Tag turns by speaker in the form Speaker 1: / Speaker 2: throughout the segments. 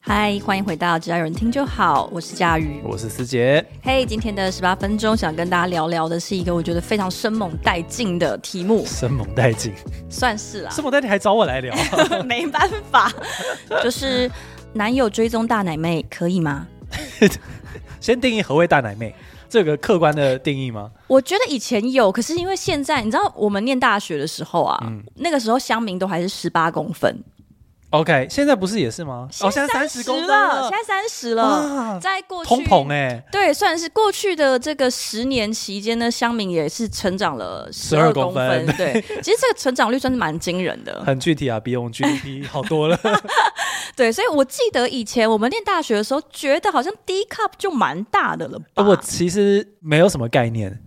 Speaker 1: 嗨，欢迎回到只要有人听就好，我是佳瑜。
Speaker 2: 我是思杰，
Speaker 1: 嘿、今天的十八分钟想跟大家聊聊的是一个我觉得非常生猛带劲的题目，
Speaker 2: 生猛带劲，
Speaker 1: 算是啦、
Speaker 2: 生猛带劲还找我来聊，
Speaker 1: 没办法， 就是男友追踪大奶妹可以吗？
Speaker 2: 先定义何谓大奶妹，这个客观的定义吗？
Speaker 1: 我觉得以前有，可是因为现在你知道，我们念大学的时候啊，
Speaker 2: 嗯
Speaker 1: 那个时候乡民都还是十八公分，
Speaker 2: OK，现在不是也是吗？哦，现在三十
Speaker 1: 30
Speaker 2: 公分
Speaker 1: 了，现在三十了，
Speaker 2: 哇，
Speaker 1: 在过去
Speaker 2: 通膨哎、
Speaker 1: 对，算是过去的这个十年期间呢，乡民也是成长了十
Speaker 2: 12
Speaker 1: 公
Speaker 2: 公分
Speaker 1: 对， 其实这个成长率算是蛮惊人的。
Speaker 2: 很具体啊，比我 们 GDP 好多了。
Speaker 1: 对，所以我记得以前我们念大学的时候，觉得好像 D cup 就蛮大的了吧？
Speaker 2: 哎哦我其实没有什么概念，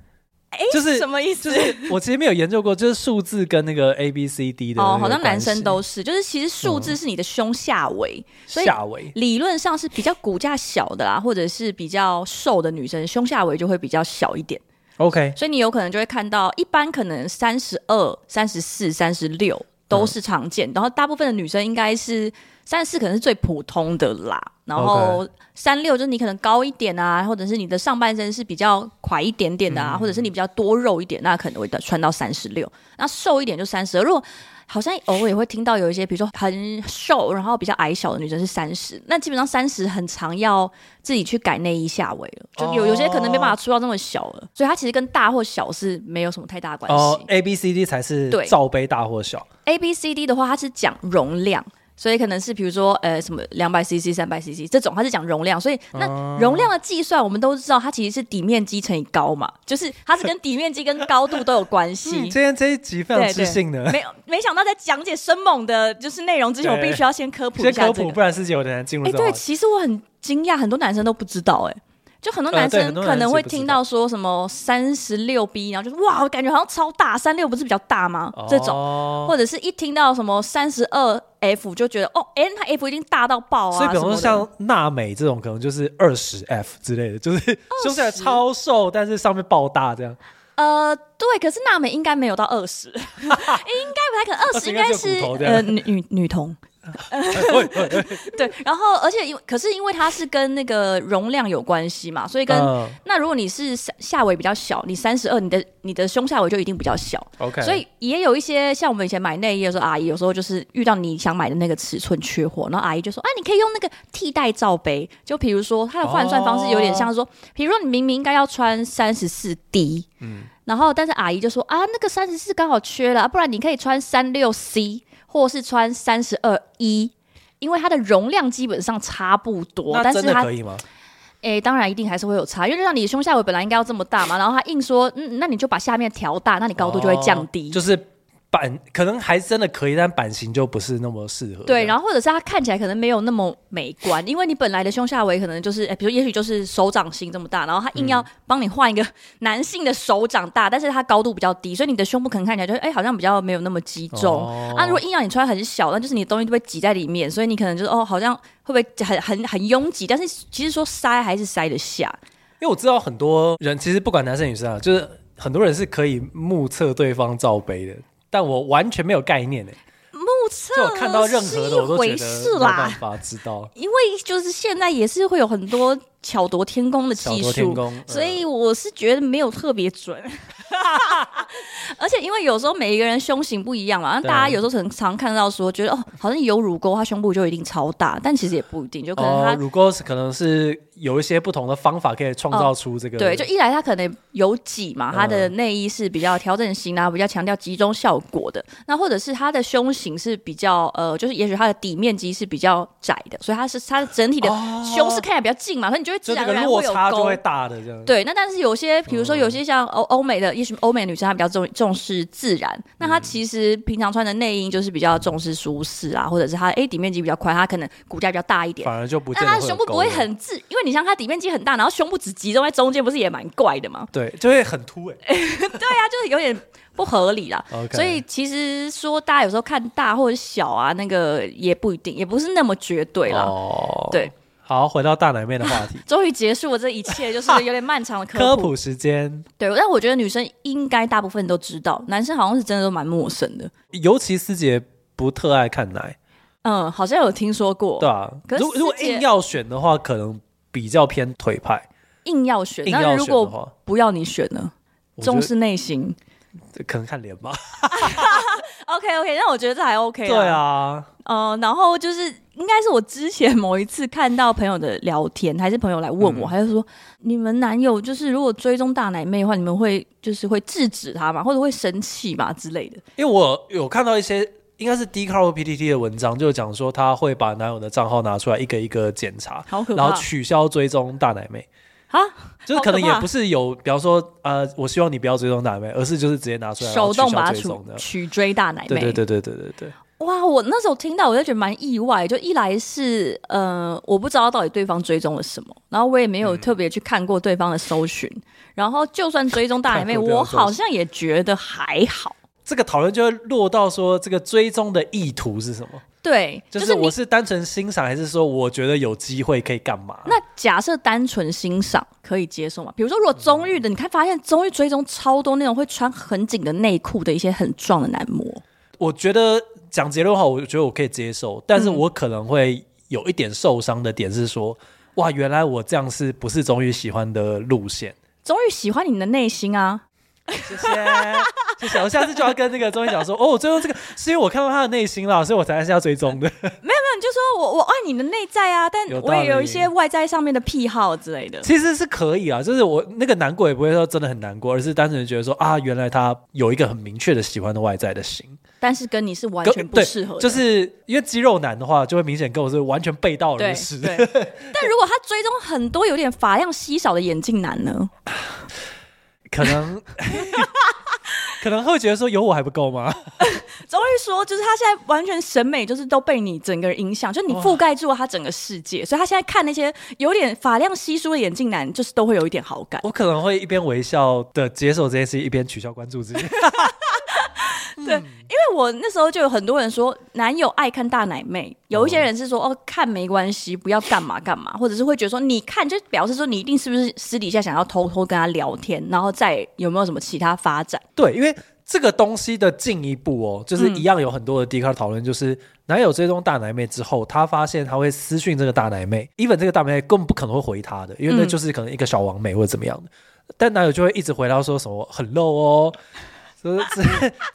Speaker 1: 哎，
Speaker 2: 就是
Speaker 1: 什么意思？
Speaker 2: 我其实没有研究过，就是数字跟那个 A B C D 的
Speaker 1: 哦，
Speaker 2: 那个
Speaker 1: 好像男
Speaker 2: 关
Speaker 1: 生
Speaker 2: 系嗯
Speaker 1: 都是，就是其实数字是你的胸下围，所以
Speaker 2: 下围
Speaker 1: 理论上是比较骨架小的啦，或者是比较瘦的女生，胸下围就会比较小一点，
Speaker 2: OK，
Speaker 1: 所以你有可能就会看到，一般可能三十二、三十四、三十六都是常见，然后大部分的女生应该是三十四可能是最普通的啦，然后三六就是你可能高一点啊，或者是你的上半身是比较垮一点点的啊，或者是你比较多肉一点，那可能会到穿到三十六，那瘦一点就三十二，如果好像偶尔也会听到有一些，比如说很瘦，然后比较矮小的女生是三十，那基本上三十很常要自己去改内衣下围了，就有
Speaker 2: 哦
Speaker 1: 有些可能没办法出到那么小了，所以它其实跟大或小是没有什么太大关系。
Speaker 2: 哦，A B C D 才是
Speaker 1: 对
Speaker 2: 罩杯大或小
Speaker 1: A B C D 的话，它是讲容量。所以可能是比如说，呃，什么两百 CC、三百 CC 这种，它是讲容量。所以那
Speaker 2: 哦
Speaker 1: 容量的计算，我们都知道，它其实是底面积乘以高嘛，就是它是跟底面积跟高度都有关系。
Speaker 2: 嗯今天这一集非常
Speaker 1: 对
Speaker 2: 知
Speaker 1: 对
Speaker 2: 性的，
Speaker 1: 没有，没想到在讲解生猛的就是内容之前，我
Speaker 2: 对
Speaker 1: 必须要先科普一
Speaker 2: 先
Speaker 1: 下
Speaker 2: 科
Speaker 1: 这
Speaker 2: 普，
Speaker 1: 个。
Speaker 2: 不啊然师姐有点难进入
Speaker 1: 哎，
Speaker 2: 这个
Speaker 1: 对，
Speaker 2: 话题。
Speaker 1: 其实我很惊讶，很多男生都不知道、哎，就很多男
Speaker 2: 呃对
Speaker 1: 生
Speaker 2: 很多
Speaker 1: 可
Speaker 2: 男
Speaker 1: 能
Speaker 2: 生
Speaker 1: 会
Speaker 2: 不知道
Speaker 1: 听到说什么三十六 B，然后就是哇，我感觉好像超大，三六不是比较大吗？
Speaker 2: 哦
Speaker 1: 这种，
Speaker 2: 种
Speaker 1: 或者是一听到什么三十二 F 就觉得哦，哎、那 F 一定大到爆啊，
Speaker 2: 所以，比方说
Speaker 1: 什么
Speaker 2: 像娜美这种，可能就是二十 F 之类的，就是胸下超瘦，但是上面爆大 这样。
Speaker 1: 的呃，对，可是娜美应该没有到二十，应 该不 太可能，二十应
Speaker 2: 20应该
Speaker 1: 该
Speaker 2: 只有
Speaker 1: 是
Speaker 2: 骨头这样
Speaker 1: 呃女女女童。
Speaker 2: 喂喂喂
Speaker 1: 对，然后而且因为可是因为它是跟那个容量有关系嘛，所以跟、
Speaker 2: 嗯
Speaker 1: 那如果你是下下围比较小，你三十二，你的你的胸下围就一定比较小。
Speaker 2: OK，
Speaker 1: 所以也有一些像我们以前买内衣的时候，阿姨有时候就是遇到你想买的那个尺寸缺货，然后阿姨就说：“啊，你可以用那个替代罩杯。”就比如说它的换算方式有点像
Speaker 2: 哦
Speaker 1: 说，比如说你明明应该要穿三十四 D，嗯，然后但是阿姨就说：“啊，那个三十四刚好缺了，啊不然你可以穿三六 C，或是穿三十二 E。”因为它的容量基本上差不多，
Speaker 2: 那
Speaker 1: 但是
Speaker 2: 真的
Speaker 1: 它
Speaker 2: 可以吗？
Speaker 1: 诶，当然一定还是会有差，因为让你胸下围本来应该要这么大嘛，然后他硬说，嗯，那你就把下面调大，那你高度就会降低。
Speaker 2: 哦就是版可能还真的可以，但版型就不是那么适合。
Speaker 1: 对，然
Speaker 2: 后
Speaker 1: 后或者是它看起来可能没有那么美观，因为你本来的胸下围可能就是，诶比如也许就是手掌心这么大，然后他硬
Speaker 2: 嗯
Speaker 1: 要帮你换一个男性的手掌大，但是它高度比较低，所以你的胸部可能看起来就是，诶好像比较没有那么集中。
Speaker 2: 哦
Speaker 1: 啊，如果硬要你穿很小，那就是你的东西都被挤在里面，所以你可能就是哦，好像会不会很很很拥挤？但是其实说塞还是塞得下，
Speaker 2: 因为我知道很多人，其实不管男生女生啊，就是很多人是可以目测对方罩杯的，但我完全没有概念的。
Speaker 1: 目测
Speaker 2: 就我看到任何的，我都觉
Speaker 1: 是一回
Speaker 2: 得
Speaker 1: 事
Speaker 2: 没
Speaker 1: 啦
Speaker 2: 办法知道。
Speaker 1: 因为就是现在也是会有很多巧夺天工的技
Speaker 2: 巧夺天
Speaker 1: 术，
Speaker 2: 工嗯
Speaker 1: 所以我是觉得没有特别准。 而且因为有时候每一个人胸型不一样嘛，那
Speaker 2: 对
Speaker 1: 大家有时候很常看到说，觉得哦，好像有乳沟，她胸部就一定超大，但其实也不一定，就可能她
Speaker 2: 哦，乳沟是可能是有一些不同的方法可以创造出这个。
Speaker 1: 哦对，就一来它可能有挤嘛，它
Speaker 2: 嗯
Speaker 1: 的内衣是比较调整型啊，比较强调集中效果的。那或者是它的胸型是比较呃，就是也许它的底面积是比较窄的，所以它是它的整体的
Speaker 2: 哦
Speaker 1: 胸是看起来比较近嘛，所以你就会自
Speaker 2: 就
Speaker 1: 然
Speaker 2: 这
Speaker 1: 而
Speaker 2: 个
Speaker 1: 然
Speaker 2: 落
Speaker 1: 会有
Speaker 2: 差就
Speaker 1: 沟
Speaker 2: 会。大的这样。
Speaker 1: 对，那但是有些，比如说有些像欧欧美的，也许欧美女生她比较重重视自然，那她其实平常穿的内衣就是比较重视舒适啊，或者是她诶底面积比较宽，她可能骨架比较大一点，
Speaker 2: 反而就不见
Speaker 1: 但
Speaker 2: 得
Speaker 1: 她的
Speaker 2: 有
Speaker 1: 胸部不会
Speaker 2: 沟了
Speaker 1: 很自，因为你像她底面积很大，然后胸部只集中在中间，不是也蛮怪的吗？
Speaker 2: 对，就会很突哎、
Speaker 1: 它就是有点不合理啦。
Speaker 2: 哦 OK
Speaker 1: 所以其实说大家有时候看大或者小啊，那个也不一定，也不是那么绝对啦。
Speaker 2: 哦，
Speaker 1: 对，
Speaker 2: 好，回到大奶妹的话题，
Speaker 1: 终于结束了这一切，就是有点漫长 的科普。
Speaker 2: 科普时间，
Speaker 1: 对，但我觉得女生应该大部分都知道，男生好像是真的都蛮陌生的。
Speaker 2: 尤其师姐不特爱看奶，
Speaker 1: 嗯，好像有听说过，
Speaker 2: 对啊。
Speaker 1: 哦可是
Speaker 2: 如果如果
Speaker 1: 师姐
Speaker 2: 硬要选的话，可能比较偏腿派。
Speaker 1: 硬要选。
Speaker 2: 硬
Speaker 1: 那
Speaker 2: 要
Speaker 1: 如
Speaker 2: 选的
Speaker 1: 果
Speaker 2: 话，
Speaker 1: 不要你选呢？
Speaker 2: 我觉
Speaker 1: 重
Speaker 2: 得
Speaker 1: 视内心。
Speaker 2: 可能看脸吧。
Speaker 1: OK OK，那我觉得这还 OK 啦
Speaker 2: 对啊，
Speaker 1: 呃，然后就是应该是我之前某一次看到朋友的聊天，还是朋友来问我，
Speaker 2: 嗯
Speaker 1: 他就说你们男友就是如果追踪大奶妹的话，你们会就是会制止他嘛，或者会生气嘛之类的。
Speaker 2: 因为我有看到一些应该是 d c a r o PTT 的文章，就讲说他会把男友的账号拿出来一个一个检查，
Speaker 1: 好可怕
Speaker 2: 然后取消追踪大奶妹。
Speaker 1: 啊！
Speaker 2: 就是可能
Speaker 1: 好可
Speaker 2: 也
Speaker 1: 怕
Speaker 2: 不是有，比方说，呃，我希望你不要追踪大奶妹，而是就是直接拿出来然
Speaker 1: 手
Speaker 2: 后取
Speaker 1: 动
Speaker 2: 消
Speaker 1: 把它
Speaker 2: 追
Speaker 1: 取
Speaker 2: 踪的。
Speaker 1: 取追大奶妹。
Speaker 2: 对对对对对对对，
Speaker 1: 哇！我那时候听到，我就觉得蛮意外。就一来是呃，我不知道到底对方追踪了什么，然后我也没有特别去看过对方的搜寻。然后就算追踪大奶妹，
Speaker 2: 看过对方
Speaker 1: 我
Speaker 2: 的搜寻
Speaker 1: 好像也觉得还好。
Speaker 2: 这个讨论就会落到说，这个追踪的意图是什么？
Speaker 1: 对，
Speaker 2: 就是是
Speaker 1: 你
Speaker 2: 我是单纯欣赏，还是说我觉得有机会可以干嘛？
Speaker 1: 那假设单纯欣赏可以接受吗？比如说，如果中日的，你看发现中日追踪超多那种会穿很紧的内裤的一些很壮的男模，
Speaker 2: 我觉得讲结论的话，我觉得我可以接受，但是
Speaker 1: 嗯
Speaker 2: 我可能会有一点受伤的点是说，哇，原来我这样是不是终于喜欢的路线？
Speaker 1: 中日喜欢你的内心啊，
Speaker 2: 谢谢，谢谢。我下次就要跟那个钟意讲说，哦，我追踪这个是因为我看到他的内心啦，所以我才是要追踪的。
Speaker 1: 那你就说我我爱你的内在啊，但
Speaker 2: 有道
Speaker 1: 我
Speaker 2: 理
Speaker 1: 也有一些外在上面的癖好之类的。
Speaker 2: 其实是可以啊，就是我那个难过也不会说真的很难过，而是单纯觉得说啊，原来他有一个很明确的喜欢的外在的型，
Speaker 1: 但是跟你是完
Speaker 2: 跟
Speaker 1: 全不
Speaker 2: 对
Speaker 1: 适合的，
Speaker 2: 就是因为肌肉男的话，就会明显跟我是完全背道而
Speaker 1: 对
Speaker 2: 驰。
Speaker 1: 对。但如果他追踪很多有点发量稀少的眼镜男呢？
Speaker 2: 可能 可能会觉得说有我还不够吗？
Speaker 1: 终于说，就是他现在完全审美就是都被你整个人影响，就是你覆盖住了他整个世界，所以他现在看那些有点发量稀疏的眼镜男，就是都会有一点好感。
Speaker 2: 我可能会一边微笑的接受这件事，一边取消关注自己。
Speaker 1: 因为我那时候就有很多人说，男友爱看大奶妹，有一些人是说哦看没关系，不要干嘛干嘛，或者是会觉得说你看就表示说你一定是不是私底下想要偷偷跟他聊天，然后再有没有什么其他发展？
Speaker 2: 对，因为这个东西的进一步哦，就是
Speaker 1: 嗯
Speaker 2: 一样有很多的 D 卡讨论，就是男友追踪大奶妹之后，他发现他会私讯这个大奶妹，even 这个大奶妹根本不可能会回他的，因为那
Speaker 1: 嗯
Speaker 2: 就是可能一个小王美或者怎么样的，但男友就会一直回他说什么很 low 哦。 就是之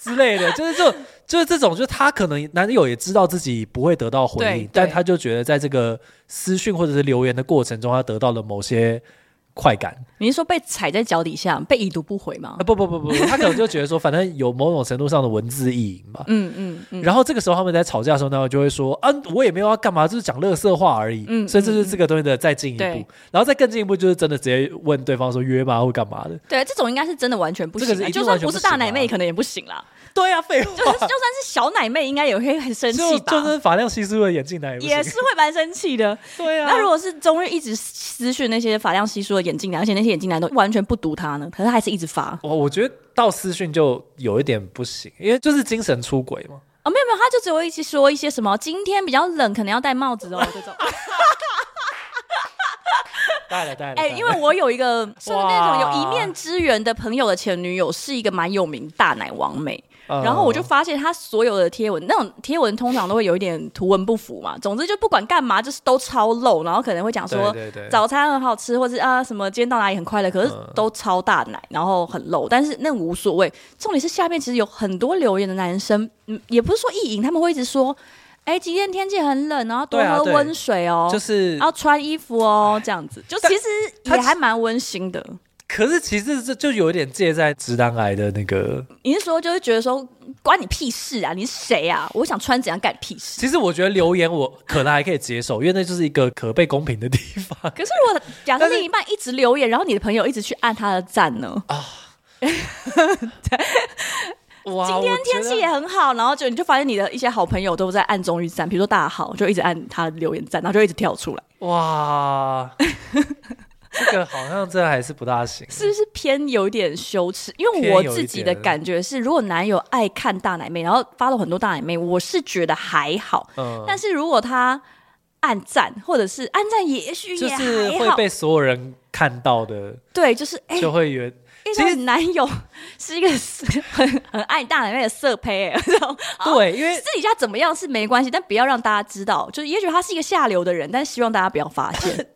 Speaker 2: 之 类的，就是这种，就是这种，就是他可能男友也知道自己不会得到回
Speaker 1: 对
Speaker 2: 应，但
Speaker 1: 对
Speaker 2: 他就觉得在这个私讯或者是留言的过程中，他得到了某些快感。
Speaker 1: 你是说被踩在脚底下，被已读不回吗
Speaker 2: 啊，？不不不不，他可能就觉得说，反正有某种程度上的文字意淫吧。
Speaker 1: 嗯嗯嗯，
Speaker 2: 然后这个时候他们在吵架的时候，男友就会说：“啊，我也没有要干嘛，就是讲乐色话而已。”
Speaker 1: 嗯
Speaker 2: 所以这就是这个东西的再进一步，
Speaker 1: 对
Speaker 2: 然后再更进一步就是真的直接问对方说约吗或干嘛的。
Speaker 1: 对，这种应该是真的完全不行
Speaker 2: 这个
Speaker 1: 啊，
Speaker 2: 是一定
Speaker 1: 就算
Speaker 2: 完全
Speaker 1: 不
Speaker 2: 不
Speaker 1: 是
Speaker 2: 行
Speaker 1: 大
Speaker 2: 啊
Speaker 1: 奶妹，可能也不行啦。
Speaker 2: 对啊，废
Speaker 1: 就是就
Speaker 2: 话，
Speaker 1: 算是小奶妹，应该也会很生
Speaker 2: 就
Speaker 1: 气 吧，
Speaker 2: 就是法量稀疏的眼镜男也不
Speaker 1: 也
Speaker 2: 行。
Speaker 1: 是会蛮生气 的。
Speaker 2: 对啊
Speaker 1: 那，如果是中日一直私讯那些发量稀疏的眼镜男，而且那些眼镜男都完全不读他呢，可是他还是一直发啊、
Speaker 2: 我我觉得到私讯就有一点不行，因为就是精神出轨嘛。
Speaker 1: 哦？没有没有，他就只会一直说一些什么今天比较冷，可能要戴帽子哦 这种。
Speaker 2: 带了带了，
Speaker 1: 哎、
Speaker 2: 带了
Speaker 1: 因为我有一个是那种有一
Speaker 2: 哇
Speaker 1: 面之缘的朋友的前女友，是一个蛮有名大奶王美。
Speaker 2: 嗯
Speaker 1: 然后我就发现他所有的贴文，那种贴文通常都会有一点图文不符嘛。总之就不管干嘛，就是都超露，然后可能会讲说
Speaker 2: 对对对
Speaker 1: 早餐很好吃，或是啊什么今天到哪里很快乐，可是
Speaker 2: 嗯
Speaker 1: 都超大奶，然后很露，但是那无所谓。重点是下面其实有很多留言的男生，嗯，也不是说意淫，他们会一直说，哎，今天天气很冷，然后多
Speaker 2: 对啊
Speaker 1: 喝
Speaker 2: 对
Speaker 1: 温水哦，
Speaker 2: 就是
Speaker 1: 要穿衣服哦，这样子，就
Speaker 2: 但
Speaker 1: 其实也
Speaker 2: 他
Speaker 1: 还蛮温馨的。
Speaker 2: 可是其实这就有点介在直男癌的那个
Speaker 1: 你是说就是觉得说关你屁事啊？你是谁啊？我想穿怎样干你屁事？
Speaker 2: 其实我觉得留言我可能还可以接受，因为那就是一个可被公平的地方
Speaker 1: 可是如果假设
Speaker 2: 但是
Speaker 1: 另一半一直留言，然后你的朋友一直去按他的赞呢？
Speaker 2: 哇
Speaker 1: 今天天气也很好，然后就你就发现你的一些好朋友都在按中于赞，比如说大好就一直按他的留言赞，然后就一直跳出来，
Speaker 2: 哇，这个好像真的还是不大 行。
Speaker 1: 是不是偏有点羞耻？因为
Speaker 2: 偏
Speaker 1: 我
Speaker 2: 有一
Speaker 1: 自己的
Speaker 2: 点
Speaker 1: 感觉是，如果男友爱看大奶妹，然后发了很多大奶妹，我是觉得还好，
Speaker 2: 嗯，
Speaker 1: 但是如果他。按赞，或者是按赞，也许
Speaker 2: 就
Speaker 1: 也
Speaker 2: 是
Speaker 1: 还
Speaker 2: 会
Speaker 1: 好。
Speaker 2: 被所有人看到的，
Speaker 1: 对，就是哎、
Speaker 2: 就会
Speaker 1: 因
Speaker 2: 有。
Speaker 1: 为她的男友是一个很很爱大奶妹的色胚、欸， 然后
Speaker 2: 对，因为
Speaker 1: 私底下怎么样是没关系，但不要让大家知道。就是也许他是一个下流的人，但希望大家不要发 现。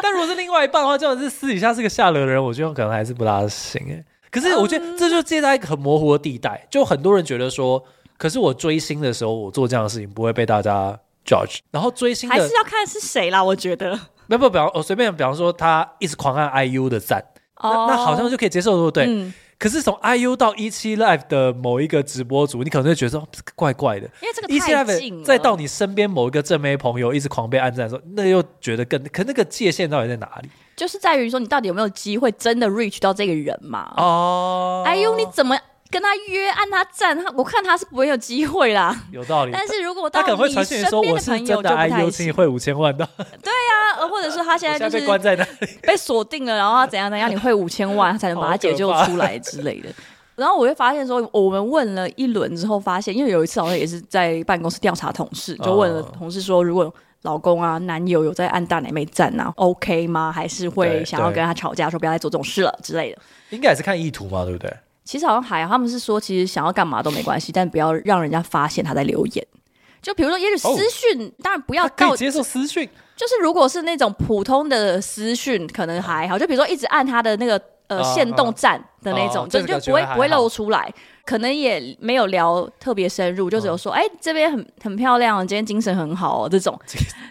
Speaker 2: 但如果是另外一半的话，这样是私底下是个下流的人，我觉得可能还是不大行哎、可是我觉
Speaker 1: 嗯
Speaker 2: 得这就介在一个很模糊的地带，就很多人觉得说，可是我追星的时候，我做这样的事情不会被大家 judge，然后追星
Speaker 1: 还
Speaker 2: 的
Speaker 1: 是要看是谁啦，我觉得。
Speaker 2: 没有不比方我随便比方说他一直狂按 IU 的赞，
Speaker 1: 哦
Speaker 2: 那那好像就可以接受，对不对？
Speaker 1: 嗯，
Speaker 2: 可是从 IU 到一七 Live 的某一个直播组，你可能会觉得说哦这个怪怪的。
Speaker 1: 因为这
Speaker 2: 一
Speaker 1: 个
Speaker 2: 七
Speaker 1: 太
Speaker 2: Live
Speaker 1: 近了，
Speaker 2: 再到你身边某一个正妹朋友一直狂被暗赞的时候，那又觉得更，可那个界限到底在哪里？
Speaker 1: 就是在于说你到底有没有机会真的 reach 到这个人嘛？
Speaker 2: 哦，
Speaker 1: 哎呦，你怎么跟他约按他赞？他我看他是不会有机会 啦。
Speaker 2: 有道理。
Speaker 1: 但是如果到
Speaker 2: 他可能会
Speaker 1: 你
Speaker 2: 传讯
Speaker 1: 身
Speaker 2: 息说
Speaker 1: 边
Speaker 2: 我
Speaker 1: 的
Speaker 2: 是
Speaker 1: 朋友
Speaker 2: 真
Speaker 1: 就不
Speaker 2: 的 IU，
Speaker 1: 太
Speaker 2: 请你
Speaker 1: 行
Speaker 2: 汇五千万的，我
Speaker 1: 啊，呃或者是他现
Speaker 2: 现
Speaker 1: 在
Speaker 2: 在
Speaker 1: 就
Speaker 2: 被
Speaker 1: 是
Speaker 2: 关在那里。
Speaker 1: 被锁定了，然后他怎样怎样，你会五千万，他才能把他解救出来之类的。 然后我会发现说，我们问了一轮之后，发现因为有一次好像也是在办公室调查同事，就问了
Speaker 2: 哦
Speaker 1: 同事说，如果老公啊、男友有在按大奶妹赞啊，OK 吗？还是会
Speaker 2: 对
Speaker 1: 想要
Speaker 2: 对
Speaker 1: 跟他吵架，说不要再做这种事了之类的。
Speaker 2: 应该也是看意图嘛，对不对？
Speaker 1: 其实好像还好，他们是说其实想要干嘛都没关系，但不要让人家发现他在留言。就比如说，也许
Speaker 2: 哦
Speaker 1: 私讯，当然不要
Speaker 2: 他可
Speaker 1: 到
Speaker 2: 以接受私讯，
Speaker 1: 就是如果是那种普通的私讯，可能还好。就比如说一直按他的那个呃
Speaker 2: 啊
Speaker 1: 限动站的那种，
Speaker 2: 哦
Speaker 1: 就
Speaker 2: 这
Speaker 1: 就
Speaker 2: 个
Speaker 1: 不
Speaker 2: 觉
Speaker 1: 会
Speaker 2: 得还好
Speaker 1: 不会露出来，可能也没有聊特别深入，就只有说
Speaker 2: 嗯
Speaker 1: 哎、这边很很漂亮，今天精神很好哦这 种。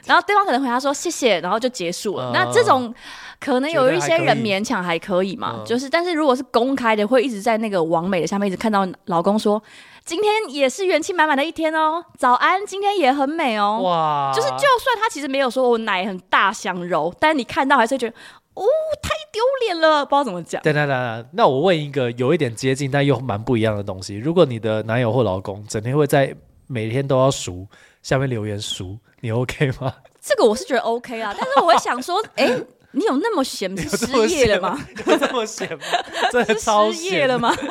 Speaker 1: 然后对方可能回答说谢谢，然后就结束了。
Speaker 2: 嗯
Speaker 1: 那这种可能有一些
Speaker 2: 觉得
Speaker 1: 人
Speaker 2: 还可以
Speaker 1: 勉强还可以嘛，
Speaker 2: 嗯
Speaker 1: 就是但是如果是公开的，会一直在那个网美的下面一直看到老公说今天也是元气满满的一天哦，早安，今天也很美哦。
Speaker 2: 哇，
Speaker 1: 就是就算他其实没有说我奶很大想揉，但你看到还是会觉得哦，太丢脸了，不知道怎么讲。
Speaker 2: 等等等等，那我问一个有一点接近但又蛮不一样的东西：如果你的男友或老公整天会在每天都要数下面留言数，你 OK 吗？
Speaker 1: 这个我是觉得 OK 啊 啦，但是我会想说，哎、你 有那么闲是失业了 吗？？
Speaker 2: 有这么闲吗？真的
Speaker 1: 是
Speaker 2: 超
Speaker 1: 失业
Speaker 2: 闲
Speaker 1: 了？吗？ 对，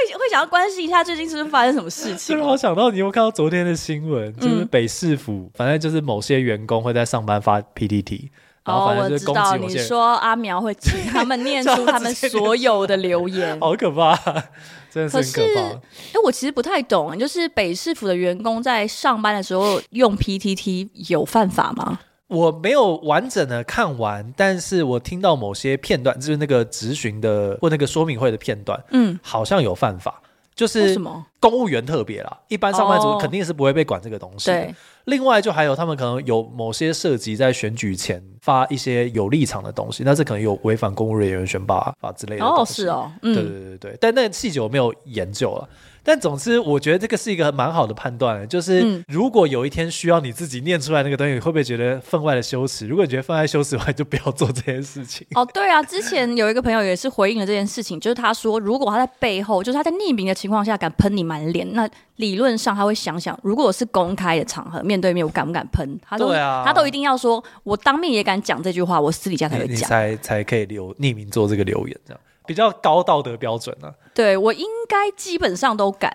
Speaker 1: 会会想要关心一下最近是不是发生什么事
Speaker 2: 就
Speaker 1: 情
Speaker 2: 让。我想到，你有没有看到昨天的新闻，就是
Speaker 1: 嗯
Speaker 2: 北市府，反正就是某些员工会在上班发 PPT，然后
Speaker 1: 哦，
Speaker 2: 反
Speaker 1: 我
Speaker 2: 正就
Speaker 1: 知
Speaker 2: 是攻
Speaker 1: 道
Speaker 2: 击某
Speaker 1: 你
Speaker 2: 些人，
Speaker 1: 说阿苗会请他们 念出他们所有的留言，
Speaker 2: 好可怕， 真的是很可
Speaker 1: 可
Speaker 2: 怕。
Speaker 1: 哎、我其实不太懂，就是北市府的员工在上班的时候用 PTT 有犯法吗？
Speaker 2: 我没有完整的看完，但是我听到某些片段，就是那个质询的或那个说明会的片段，
Speaker 1: 嗯，
Speaker 2: 好像有犯法，就
Speaker 1: 为
Speaker 2: 是
Speaker 1: 什么？
Speaker 2: 公务员特别啦，一般上班族
Speaker 1: 哦
Speaker 2: 肯定是不会被管这个东西的。
Speaker 1: 对，
Speaker 2: 另外，就还有他们可能有某些涉及在选举前发一些有立场的东西，那这可能有违反公务人员选拔法之类的。
Speaker 1: 哦，是。哦，嗯，
Speaker 2: 对对对对，但那个细节我没有研究了。但总之，我觉得这个是一个蛮好的判断，就是
Speaker 1: 嗯
Speaker 2: 如果有一天需要你自己念出来那个东西，你会不会觉得分外的羞耻？如果你觉得分外羞耻的话，就不要做这件 事情。
Speaker 1: 哦，对啊，之前有一个朋友也是回应了这件事情，就是他说，如果他在背后，就是他在匿名的情况下敢喷你满脸，那理论上他会想想，如果我是公开的场合，面对面我敢不敢喷？他都、
Speaker 2: 对啊
Speaker 1: 他都一定要说，我当面也敢讲这句话，我私底下才会
Speaker 2: 你你
Speaker 1: 讲。
Speaker 2: 才才可以留匿名做这个留言，这样比较高道德标准啊。
Speaker 1: 对我应该基本上都敢，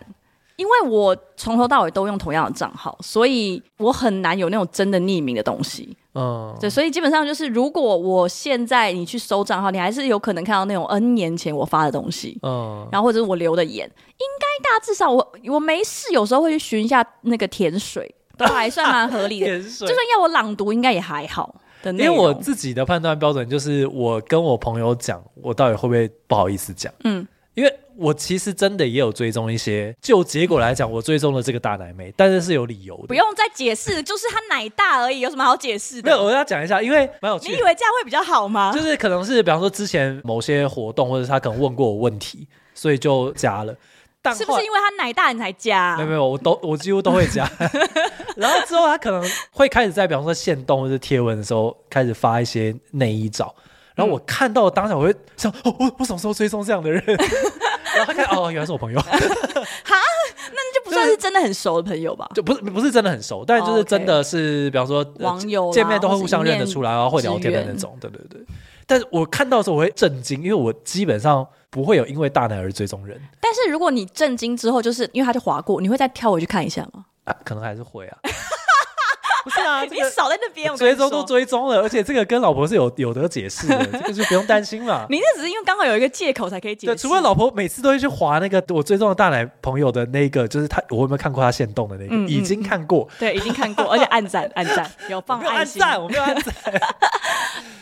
Speaker 1: 因为我从头到尾都用同样的账号，所以我很难有那种真的匿名的东西。
Speaker 2: 嗯，
Speaker 1: 对，所以基本上就是，如果我现在你去搜账号，你还是有可能看到那种 N 年前我发的东西。
Speaker 2: 嗯，
Speaker 1: 然后或者是我留的言，应该大致上我我没事，有时候会去寻一下那个甜水，都还算蛮合理的。
Speaker 2: 甜水
Speaker 1: 就算要我朗读，应该也还好的
Speaker 2: 因
Speaker 1: 内
Speaker 2: 为
Speaker 1: 容。
Speaker 2: 我自己的判断标准就是，我跟我朋友讲，我到底会不会不好意思讲？
Speaker 1: 嗯，
Speaker 2: 因为我其实真的也有追踪一些，就结果来讲，我追踪了这个大奶妹，但是是有理由的。
Speaker 1: 不，用再解释，就是他奶大而已，有什么好解释
Speaker 2: 没有，
Speaker 1: 的？
Speaker 2: 我要讲一下，因为蛮有
Speaker 1: 你
Speaker 2: 趣
Speaker 1: 以
Speaker 2: 的，
Speaker 1: 为这样会比较好吗？
Speaker 2: 就是可能是比方说之前某些活动，或者是他可能问过我问题，所以就加了。但
Speaker 1: 是不
Speaker 2: 后来
Speaker 1: 是因为他奶大你才加、
Speaker 2: 没有没有，我都我几乎都会 加。然后之后他可能会开始在比方说线动或者贴文的时候开始发一些内衣照，然后我看到当下我会想，哦，我我什么时候追踪这样 的人？然后他看哦，原来是我朋友，
Speaker 1: 那就不算是真的很熟的朋友吧？
Speaker 2: 就不是不是真的很熟，但就是真的是，比方说呃
Speaker 1: 哦网友啦
Speaker 2: 见面都会互相认得出来啊，
Speaker 1: 或
Speaker 2: 会
Speaker 1: 是一面
Speaker 2: 聊天的那种，对对对。但是我看到的时候我会震惊，因为我基本上不会有因为大奶而追踪人
Speaker 1: 但是如果你震惊之后，就是因为他就划过，你会再跳回去看一下吗？
Speaker 2: 啊，可能还是会啊。不是 啊，这
Speaker 1: 你
Speaker 2: 个
Speaker 1: 少在那边，我跟
Speaker 2: 追
Speaker 1: 你说
Speaker 2: 踪都追踪了，而且这个跟老婆是有有得解释的，这个就不用担心嘛。
Speaker 1: 你那只是因为刚好有一个借口才可 以解
Speaker 2: 对，
Speaker 1: 释。
Speaker 2: 除非老婆每次都会去划那个我追踪的大奶朋友的那个，就是他我有没有看过他现动的那个？
Speaker 1: 嗯嗯
Speaker 2: 已经看过，
Speaker 1: 对已经看过，而且暗赞暗 赞有放
Speaker 2: 我没有按
Speaker 1: 爱心。
Speaker 2: 赞，我没 有按赞。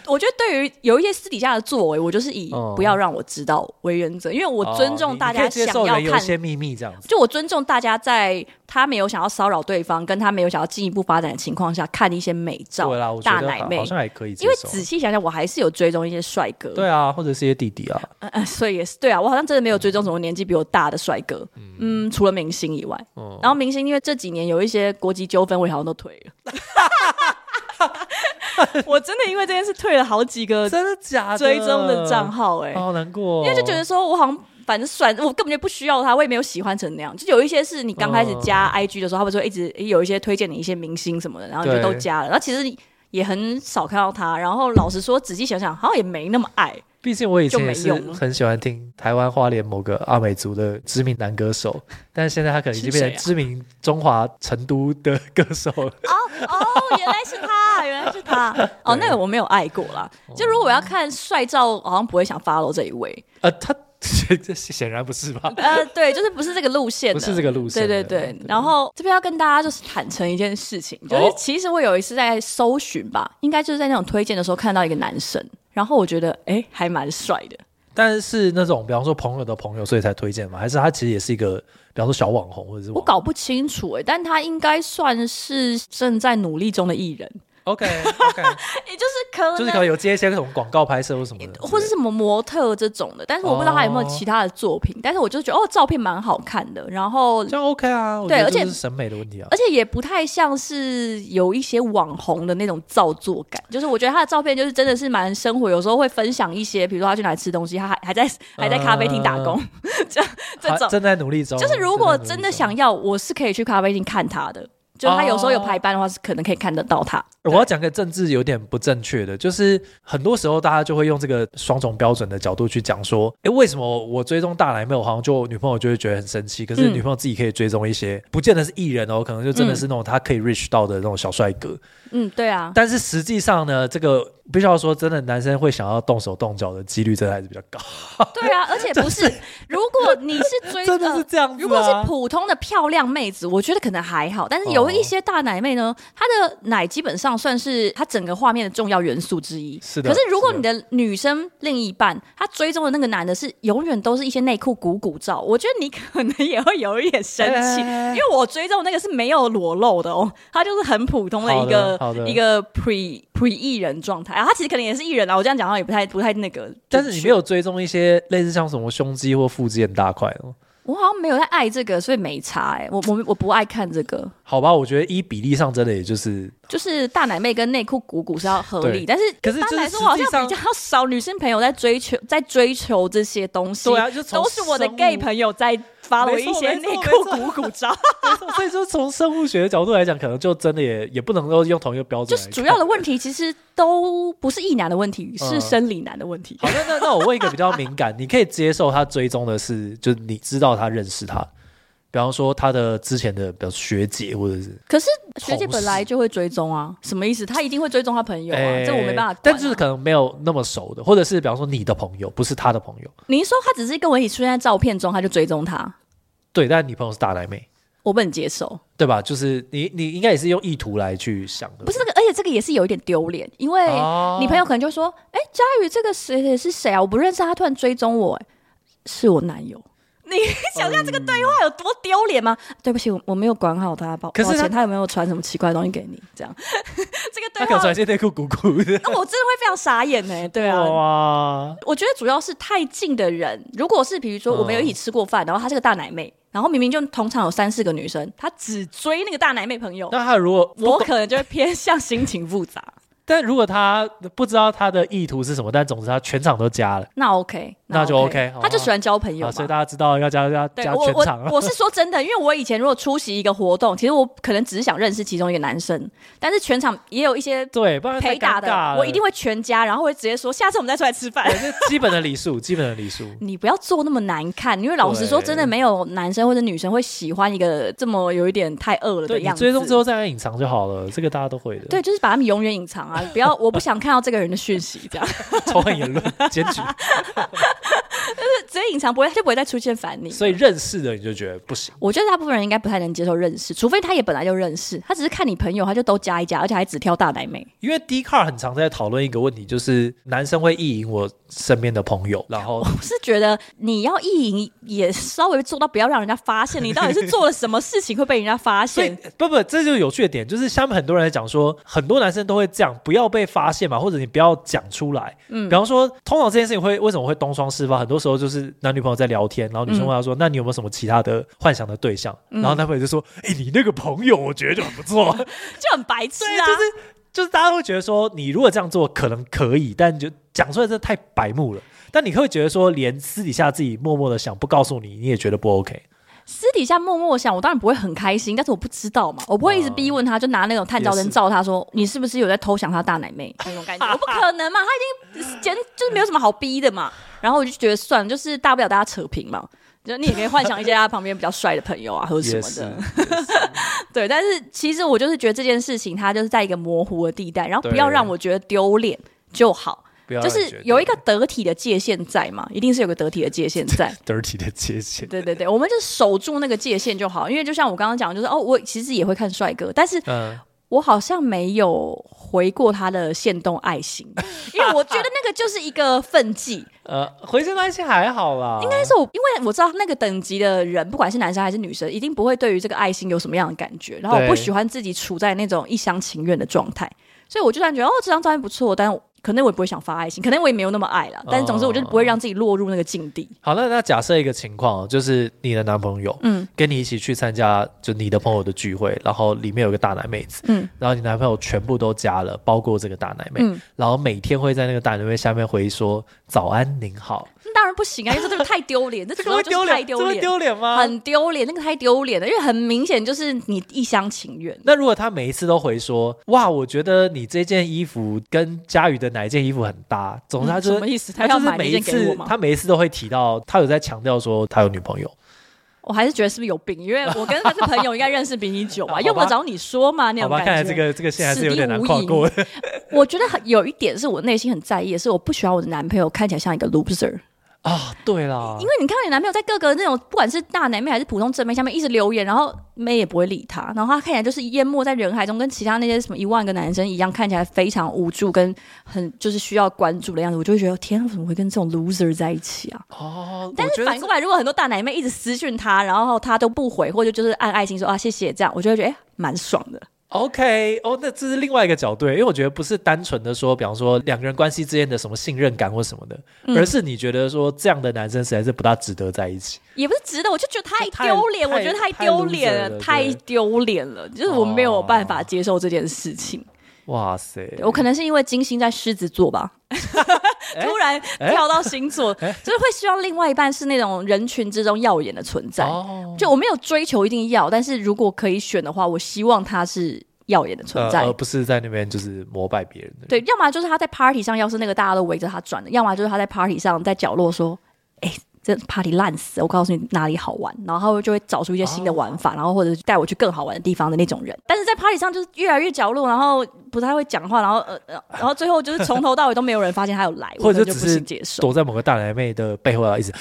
Speaker 1: 我觉得对于有一些私底下的作为，我就是以
Speaker 2: 哦
Speaker 1: 不要让我知道为原则，因为我尊
Speaker 2: 哦
Speaker 1: 重
Speaker 2: 你
Speaker 1: 大
Speaker 2: 你可
Speaker 1: 家
Speaker 2: 以接
Speaker 1: 想
Speaker 2: 受
Speaker 1: 要
Speaker 2: 人有一
Speaker 1: 看
Speaker 2: 些秘密这样子。
Speaker 1: 就我尊重大家在他没有想要骚扰对方，跟他没有想要进一步发展的情况下，看一些美照
Speaker 2: 对啦，我觉
Speaker 1: 大
Speaker 2: 得
Speaker 1: 奶
Speaker 2: 好
Speaker 1: 妹
Speaker 2: 好。像还可以接
Speaker 1: 因为
Speaker 2: 受。
Speaker 1: 仔细想想，我还是有追踪一些帅哥，
Speaker 2: 对啊，或者是一些弟弟啊，
Speaker 1: 嗯、呃所以也是对啊，我好像真的没有追踪什么年纪比我大的帅哥，嗯，除了明星以外，
Speaker 2: 嗯，
Speaker 1: 然后明星因为这几年有一些国籍纠纷，我也好像都退了， 我真的因为这件事退了好几个
Speaker 2: 真的假的？
Speaker 1: 呃追踪的账
Speaker 2: 号，
Speaker 1: 号、哎、
Speaker 2: 好难过哦，
Speaker 1: 因为就觉得说我好像反正算我根本就不需要他，我也没有喜欢成那样。就有一些是你刚开始
Speaker 2: 哦
Speaker 1: 加 IG 的时候，他们说一直有一些推荐你一些明星什么的，然后你就
Speaker 2: 对
Speaker 1: 都加了，然后其实也很少看到他。然后老实说，仔细想想，好像也没那么爱。
Speaker 2: 毕竟我以前
Speaker 1: 就
Speaker 2: 也
Speaker 1: 是没用了
Speaker 2: 很喜欢听台湾花莲某个阿美族的知名男 歌手，但是现在他可能已经变成
Speaker 1: 是啊
Speaker 2: 知名中华成都的歌手 了。
Speaker 1: 哦哦，原来是他，原来是 他。哦，那个我没有爱过啦。就如果我要看帅照，好像不会想 follow 这一 位。
Speaker 2: 呃，他这显然不是吧？
Speaker 1: 呃，对，就是不是这个路线
Speaker 2: 不
Speaker 1: 的，
Speaker 2: 是这个路线
Speaker 1: 对
Speaker 2: 的。
Speaker 1: 对对，然后这边要跟大家就是坦诚一件事情，就
Speaker 2: 哦
Speaker 1: 是其实我有一次在搜寻吧，应该就是在那种推荐的时候看到一个男生，然后我觉得哎、诶还蛮帅的，
Speaker 2: 但是那种比方说朋友的朋友，所以才推荐嘛？还是他其实也是一个，比方说小网红或者是
Speaker 1: 我
Speaker 2: 网
Speaker 1: 搞不清楚哎、诶但他应该算是正在努力中的艺人，
Speaker 2: OK OK，
Speaker 1: 也就是啊可能
Speaker 2: 就是可能有接一些什么广告拍摄或什么的之类的，
Speaker 1: 或是什么模特这种的，但是我不知道他有没有
Speaker 2: 哦
Speaker 1: 其他的作品，但是我就觉得哦照片蛮好看的，然后
Speaker 2: 这样 OK 啊？我
Speaker 1: 对
Speaker 2: 觉得
Speaker 1: 而且
Speaker 2: 这是审美的问题啊。
Speaker 1: 而且也不太像是有一些网红的那种造作感，就是我觉得他的照片就是真的是蛮生活，有时候会分享一些，比如说他去哪里吃东西，他还还在还在咖啡厅打工，这
Speaker 2: 好
Speaker 1: 这种，
Speaker 2: 正在努力中，
Speaker 1: 嗯就是如果
Speaker 2: 正在努力
Speaker 1: 真的
Speaker 2: 中
Speaker 1: 想要，我是可以去咖啡厅看他的。就是他有时候有排班的话，是可能可以看得到他。
Speaker 2: 我要讲个政治有点不正确的，就是很多时候大家就会用这个双重标准的角度去讲说，诶，为什么我追踪大奶妹，我好像就女朋友就会觉得很生气，可是
Speaker 1: 嗯
Speaker 2: 女朋友自己可以追踪一些，不见得是艺人哦，可能就真的是那种她可以 reach 到的那种小帅哥。
Speaker 1: 嗯，对啊，
Speaker 2: 但是实际上呢，这个必须要说，真的男生会想要动手动脚的几率真的还是比较高，
Speaker 1: 对啊，而且不是，如果你是 追
Speaker 2: 真的是
Speaker 1: 呃
Speaker 2: 这样子、啊。
Speaker 1: 如果是普通的漂亮妹子，我觉得可能还好，但是有一些大奶妹呢，她的奶基本上算是她整个画面的重要元素之一。
Speaker 2: 是的
Speaker 1: 可是如果
Speaker 2: 是
Speaker 1: 你的女生另一半，她追踪的那个男的是永远都是一些内裤鼓鼓照，我觉得你可能也会有一点生气，
Speaker 2: 哎
Speaker 1: 因为我追踪的那个是没有裸露的哦，她就是很普通的一
Speaker 2: 好的好的
Speaker 1: 个一个 pre pre 艺人状态啊，她其实可能也是艺人啊，我这样讲好像也不太不太那个，
Speaker 2: 但是你没有追踪一些类似像什么胸肌或腹肌很大块哦。
Speaker 1: 我好像没有在爱这个，所以没差哎、我我我不爱看这个。
Speaker 2: 好吧，我觉得依比例上真的也就是
Speaker 1: 就是大奶妹跟内裤鼓鼓是要合
Speaker 2: 对
Speaker 1: 理，但是
Speaker 2: 可是
Speaker 1: 一般
Speaker 2: 就是
Speaker 1: 来说，我好
Speaker 2: 实际上
Speaker 1: 像比较少女生朋友在追求在追求这些东西，
Speaker 2: 对啊，就从
Speaker 1: 都是我的
Speaker 2: 生物
Speaker 1: gay 朋友在发了
Speaker 2: 没错
Speaker 1: 啊一些
Speaker 2: 没错
Speaker 1: 内
Speaker 2: 没
Speaker 1: 裤鼓 鼓照，
Speaker 2: 没错所以说从生物学的角度来讲，可能就真的也也不能够用同一个 标
Speaker 1: 就
Speaker 2: 准来
Speaker 1: 是
Speaker 2: 看。
Speaker 1: 主要的问题其实都不是异男的问题，
Speaker 2: 嗯
Speaker 1: 是生理男的问 题。
Speaker 2: 好，那那那我问一个比较敏感，你可以接受他追踪的是，就是你知道他认识他，比方说他的之前的，比如学姐或者是，
Speaker 1: 可是
Speaker 2: 同事
Speaker 1: 学姐本来就会追踪啊，什么意思？她一定会追踪她朋友啊，
Speaker 2: 诶
Speaker 1: 这我没办法管啊。
Speaker 2: 哎但就是可能没有那么熟的，或者是比方说你的朋友，不是他的朋友，
Speaker 1: 您说她只是跟我一起出现在照片中，她就追踪她，
Speaker 2: 对，但你朋友是大奶妹，
Speaker 1: 我不能接受。
Speaker 2: 对吧？就是你你应该也是用意图来去想的，
Speaker 1: 不是这个，而且这个也是有一点丢脸，因为
Speaker 2: 哦
Speaker 1: 你朋友可能就说：“哎、佳宇这个谁谁是谁啊？我不认识他，突然追踪我、哎，是我男友。” 你想象这个对话有多丢脸吗？对不起，我我没有管好他，抱
Speaker 2: 可是
Speaker 1: 抱
Speaker 2: 他
Speaker 1: 歉，他有没有传什么奇怪的东西给你？这样， 这个
Speaker 2: 他
Speaker 1: 对
Speaker 2: 可能
Speaker 1: 话
Speaker 2: 穿，一些内裤鼓鼓的，
Speaker 1: 那我真的会非常傻眼 呢、对啊，
Speaker 2: 哇，
Speaker 1: 我觉得主要是太近的人，如果是比如说我们有一起吃过饭，然后她是个大奶妹，然后明明就同场有三四个女生，她只追那个大奶妹朋友，
Speaker 2: 那他如果
Speaker 1: 我可能就会偏向心情复杂。
Speaker 2: 但如果他不知道他的意图是什么，但总之他全场都加了，
Speaker 1: 那 OK，
Speaker 2: 那就 OK，好
Speaker 1: 他就喜欢交朋友
Speaker 2: 好，
Speaker 1: 嘛。
Speaker 2: 所以大家知道要加加
Speaker 1: 对
Speaker 2: 加
Speaker 1: 我
Speaker 2: 全场啊
Speaker 1: 我
Speaker 2: 了。
Speaker 1: 我是说真的，因为我以前如果出席一个活动，其实我可能只是想认识其中一个男生，但是全场也有一些
Speaker 2: 对，不然太
Speaker 1: 陪打
Speaker 2: 尴
Speaker 1: 的
Speaker 2: 尬，了。
Speaker 1: 我一定会全加，然后会直接说下次我们再出来吃饭。
Speaker 2: 对，这基本的礼数，基本的礼数。
Speaker 1: 你不要做那么难看，因为老实说，
Speaker 2: 对
Speaker 1: 真的没有男生或者女生会喜欢一个这么有一点太恶了的
Speaker 2: 对，你
Speaker 1: 样子。
Speaker 2: 追踪之后再来隐藏就好了，这个大家都会的。
Speaker 1: 对，，就是把他们永远隐藏啊！不要，我不想看到这个人的讯息，这 样
Speaker 2: 仇恨言论检 举，
Speaker 1: 直接隐藏不会，他就不会再出现烦你。
Speaker 2: 所以认识的你就觉得不行。
Speaker 1: 我觉得大部分人应该不太能接受认识，除非他也本来就认识，他只是看你朋友，他就都加一加，而且还只挑大奶妹。
Speaker 2: 因为 D car 很常在讨论一个问题，就是男生会意淫我身边的朋友，然后
Speaker 1: 我是觉得你要意淫也稍微做到不要让人家发现，你到底是做了什么事情会被人家发
Speaker 2: 所以
Speaker 1: 现？
Speaker 2: 不不，这就是有趣的点，就是下面很多人在讲说，很多男生都会这样，不要被发现嘛，或者你不要讲出来。嗯，比方说，通常这件事情会为什么会东窗事发？很多时候就是男女朋友在聊天，然后女生问他说：“那你有没有什么其他的幻想的对象？”
Speaker 1: 嗯
Speaker 2: 然后男朋友就说：“哎、你那个朋友，我觉得就很不错。
Speaker 1: 就很白痴啊！
Speaker 2: 就是就是大家会觉得说，你如果这样做可能可以，但就讲出来真的太白目了。但你会觉得说，连私底下自己默默的想，不告诉你，你也觉得不 OK。
Speaker 1: 私底下默默想，我当然不会很开心，但是我不知道嘛，我不会一直逼问他，就拿那种探照
Speaker 2: 啊
Speaker 1: 灯
Speaker 2: 也是
Speaker 1: 照他说你是不是有在偷想他大奶妹那种感觉，我不可能嘛，他已经简就是没有什么好逼的嘛。然后我就觉得算了，就是大不了大家扯平嘛，就你也可以幻想一些他旁边比较帅的朋友啊，或者什
Speaker 2: 也
Speaker 1: 么
Speaker 2: 是
Speaker 1: 的。，对，但是其实我就是觉得这件事情，它就是在一个模糊的地带，然后不要
Speaker 2: 对
Speaker 1: 让我觉得丢脸就好，
Speaker 2: 不要
Speaker 1: 就
Speaker 2: 让你觉
Speaker 1: 是
Speaker 2: 得
Speaker 1: 有一个得体的界限在嘛，一定是有个得体的界限在。
Speaker 2: dirty 的界限。
Speaker 1: 对对对，我们就守住那个界限就好，因为就像我刚刚讲，就是哦，我其实也会看帅哥，但是
Speaker 2: 嗯，
Speaker 1: 我好像没有回过他的限动爱心，因为我觉得那个就是一个分际。
Speaker 2: 呃，回身关系还好啦，应该
Speaker 1: 但是我因为我知道那个等级的人，不管是男生还是女生，一定不会对于这个爱心有什么样的感觉。然后我不
Speaker 2: 对
Speaker 1: 喜欢自己处在那种一厢情愿的状态，所以我就算觉得哦这张照片不错，但可能我也不会想发爱心，可能我也没有那么爱
Speaker 2: 哦
Speaker 1: 了。但是总之，我就是不会让自己落入那个境地。
Speaker 2: 好。那那假设一个情况哦，就是你的男朋友，嗯
Speaker 1: 嗯，
Speaker 2: 跟你一起去参加就你的朋友的聚会，然后里面有个大奶妹子，嗯
Speaker 1: 嗯，
Speaker 2: 然后你男朋友全部都加了，包括这个大奶妹，
Speaker 1: 嗯
Speaker 2: 然后每天会在那个大奶妹下面回说早安您好，
Speaker 1: 那当然不行啊，因为这个太丢脸，这主
Speaker 2: 会
Speaker 1: 要就是太
Speaker 2: 这
Speaker 1: 丢
Speaker 2: 会
Speaker 1: 脸。
Speaker 2: 丢脸吗？
Speaker 1: 很丢脸，那个太丢脸了，因为很明显就是你一厢情愿。
Speaker 2: 那如果他每一次都回说哇，我觉得你这件衣服跟佳宇的哪一件衣服很搭，总之他就是、
Speaker 1: 嗯什么意思？
Speaker 2: 他
Speaker 1: 要
Speaker 2: 就是
Speaker 1: 买那
Speaker 2: 每一
Speaker 1: 件给我
Speaker 2: 次
Speaker 1: 吗？
Speaker 2: 他每一次都会提到，他有在强调说他有女朋友。
Speaker 1: 我还是觉得是不是有病？因为我跟他的朋 友应该认识比你久吧，
Speaker 2: 好吧
Speaker 1: 要不找你说嘛那
Speaker 2: 好
Speaker 1: 种
Speaker 2: 吧，
Speaker 1: 感觉。
Speaker 2: 看来这个这个线还是有点难跨过 的。
Speaker 1: 我觉得很有一点是我内心很在意，的是我不喜欢我的男朋友看起来像一个 loser，因
Speaker 2: 啊，对啦，
Speaker 1: 为你看到你男朋友在各个那种不管是大奶妹还是普通正妹下面一直留言，然后妹也不会理他，然后他看起来就是淹没在人海中，跟其他那些什么一万个男生一样，看起来非常无助跟很就是需要关注的样子，我就会觉得天啊，我怎么会跟这种 loser 在一起啊？
Speaker 2: 哦，
Speaker 1: 但
Speaker 2: 我觉
Speaker 1: 是
Speaker 2: 得
Speaker 1: 反过来，如果很多大奶妹一直私讯他，然后他都不回，或者就是按爱心说啊谢谢这样，我就会觉得哎蛮、爽的。
Speaker 2: OK 哦，那这是另外一个角度，因为我觉得不是单纯的说，比方说两个人关系之间的什么信任感或什么的，
Speaker 1: 嗯
Speaker 2: 而是你觉得说这样的男生实在是不大值得在一起。
Speaker 1: 也不是值得，我就觉得太
Speaker 2: 太
Speaker 1: 丢脸，
Speaker 2: 太
Speaker 1: 我觉得太丢脸了，
Speaker 2: 太 loser
Speaker 1: 太
Speaker 2: 了对哦
Speaker 1: 丢脸了，就是我没有办法接受这件事情。
Speaker 2: 哇塞，
Speaker 1: 我可能是因为金星在狮子座 吧，突然跳到星座，就是会希望另外一半是那种人群之中耀眼的存在。
Speaker 2: 哦，
Speaker 1: 就我没有追求一定要，但是如果可以选的话，我希望他是耀眼的存
Speaker 2: 呃
Speaker 1: 在。
Speaker 2: 而不是在那边就是膜拜别人的人。
Speaker 1: 对，要么就是他在 party 上，要是那个大家都围着他转的；要么就是他在 party 上在角落说：“哎、这 party 烂死了，我告诉你哪里好玩。”然后他就会找出一些新的
Speaker 2: 哦
Speaker 1: 玩法，然后或者带我去更好玩的地方的那种人。但是在 party 上就是越来越角落，然后不太会讲话，然后呃呃，然后最后就是从头到尾都没有人发现他有 来，
Speaker 2: 或
Speaker 1: 我
Speaker 2: 者
Speaker 1: 可能就
Speaker 2: 就只
Speaker 1: 不
Speaker 2: 是
Speaker 1: 行接受。
Speaker 2: 躲在某个大奶妹的背后啊，一直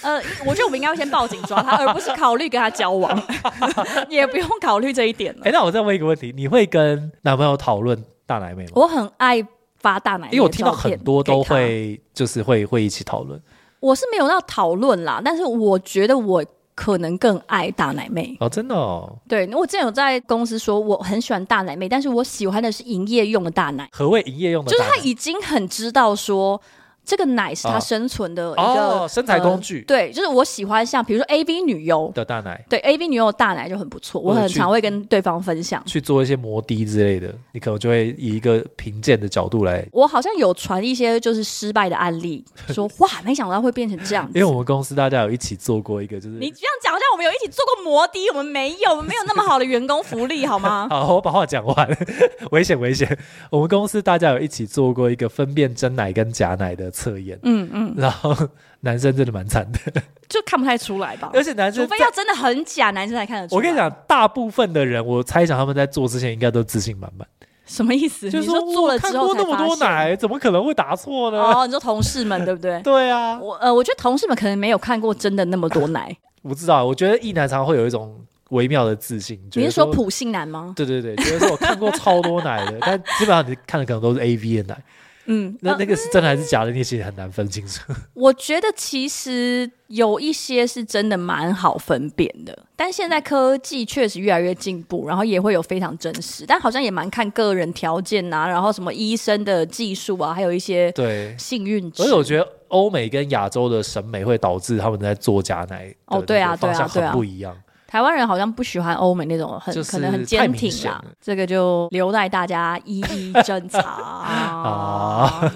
Speaker 1: 呃，我觉得我们应该要先报警抓他，而不是考虑跟他交往， 也不用考虑这一点了
Speaker 2: 哎、。那我再问一个问题，你会跟男朋友讨论大奶妹吗？
Speaker 1: 我很爱发大奶，
Speaker 2: 因为我听到很多都。会，就是会会一起讨论。
Speaker 1: 我是没有到讨论啦，但是我觉得我可能更爱大奶妹。
Speaker 2: 哦，真的哦，
Speaker 1: 对，我之前有在公司说我很喜欢大奶妹，但是我喜欢的是营业用的大奶，
Speaker 2: 何谓营业用的
Speaker 1: 就是
Speaker 2: 大奶？
Speaker 1: 他已经很知道说。这个奶是他
Speaker 2: 哦
Speaker 1: 生存的一个、
Speaker 2: 哦，身材工
Speaker 1: 呃
Speaker 2: 具
Speaker 1: 对，就是我喜欢像比如说 A V 女优，
Speaker 2: 的大奶
Speaker 1: 对 A V 女优的大奶就很不错，我
Speaker 2: 或者
Speaker 1: 很
Speaker 2: 去
Speaker 1: 常会跟对方分享。
Speaker 2: 去做一些摩的之类的，你可能就会以一个评鉴的角度来。
Speaker 1: 我好像有传一些就是失败的案例， 说哇，没想到会变成这样子
Speaker 2: 因为。我们公司大家有一起做过一个，就是
Speaker 1: 你这样讲，好像我们有一起做过摩的，我们没有，我们没有那么好的员工福利，好 吗？
Speaker 2: 好，我把话讲完， 危险危险！我们公司大家有一起做过一个分辨真奶跟假奶的测验，
Speaker 1: 嗯嗯，
Speaker 2: 然后男生真的蛮惨的，
Speaker 1: 就看不太出来吧。
Speaker 2: 而且男
Speaker 1: 哦除
Speaker 2: 生
Speaker 1: 非
Speaker 2: 在
Speaker 1: 要真的很假，男生才看得出来。
Speaker 2: 我跟你，讲，大部分的人，我猜想他们在做之前应该都自信满满，
Speaker 1: 什么意思？
Speaker 2: 就是
Speaker 1: 你说做
Speaker 2: 我
Speaker 1: 了
Speaker 2: 看
Speaker 1: 之后
Speaker 2: 过
Speaker 1: 才
Speaker 2: 那么
Speaker 1: 发
Speaker 2: 多
Speaker 1: 现
Speaker 2: 奶，怎么可能会答错呢？？
Speaker 1: 哦，你说同事们对不对
Speaker 2: 对啊，
Speaker 1: 我呃，我觉得同事们可能没有看过真的那么多奶。
Speaker 2: 我知道，我觉得异男常常会有一种微妙的自信，觉
Speaker 1: 你
Speaker 2: 得
Speaker 1: 是说普信男吗？
Speaker 2: 对对对，觉得说我看过超多奶 的，但基本上你看的可能都是 A V 的奶，
Speaker 1: 嗯，
Speaker 2: 那
Speaker 1: 呃
Speaker 2: 那个是真的还是假的，你也其实很难分清楚。
Speaker 1: 我觉得其实有一些是真的蛮好分辨的，但现在科技确实越来越进步，然后也会有非常真实，但好像也蛮看个人条件呐、然后什么医生的技术啊，还有一些
Speaker 2: 对，
Speaker 1: 幸运值
Speaker 2: 而且。我觉得欧美跟亚洲的审美会导致他们在做假奶的
Speaker 1: 哦对啊
Speaker 2: 那个方向
Speaker 1: 对啊对
Speaker 2: 很
Speaker 1: 啊
Speaker 2: 不一样。
Speaker 1: 台湾人好像不喜欢欧美那种很、
Speaker 2: 就是
Speaker 1: 可能很
Speaker 2: 太
Speaker 1: 坚
Speaker 2: 明
Speaker 1: 挺啊
Speaker 2: 显
Speaker 1: 啦
Speaker 2: 了，
Speaker 1: 这个就留待大家一一侦查。
Speaker 2: 啊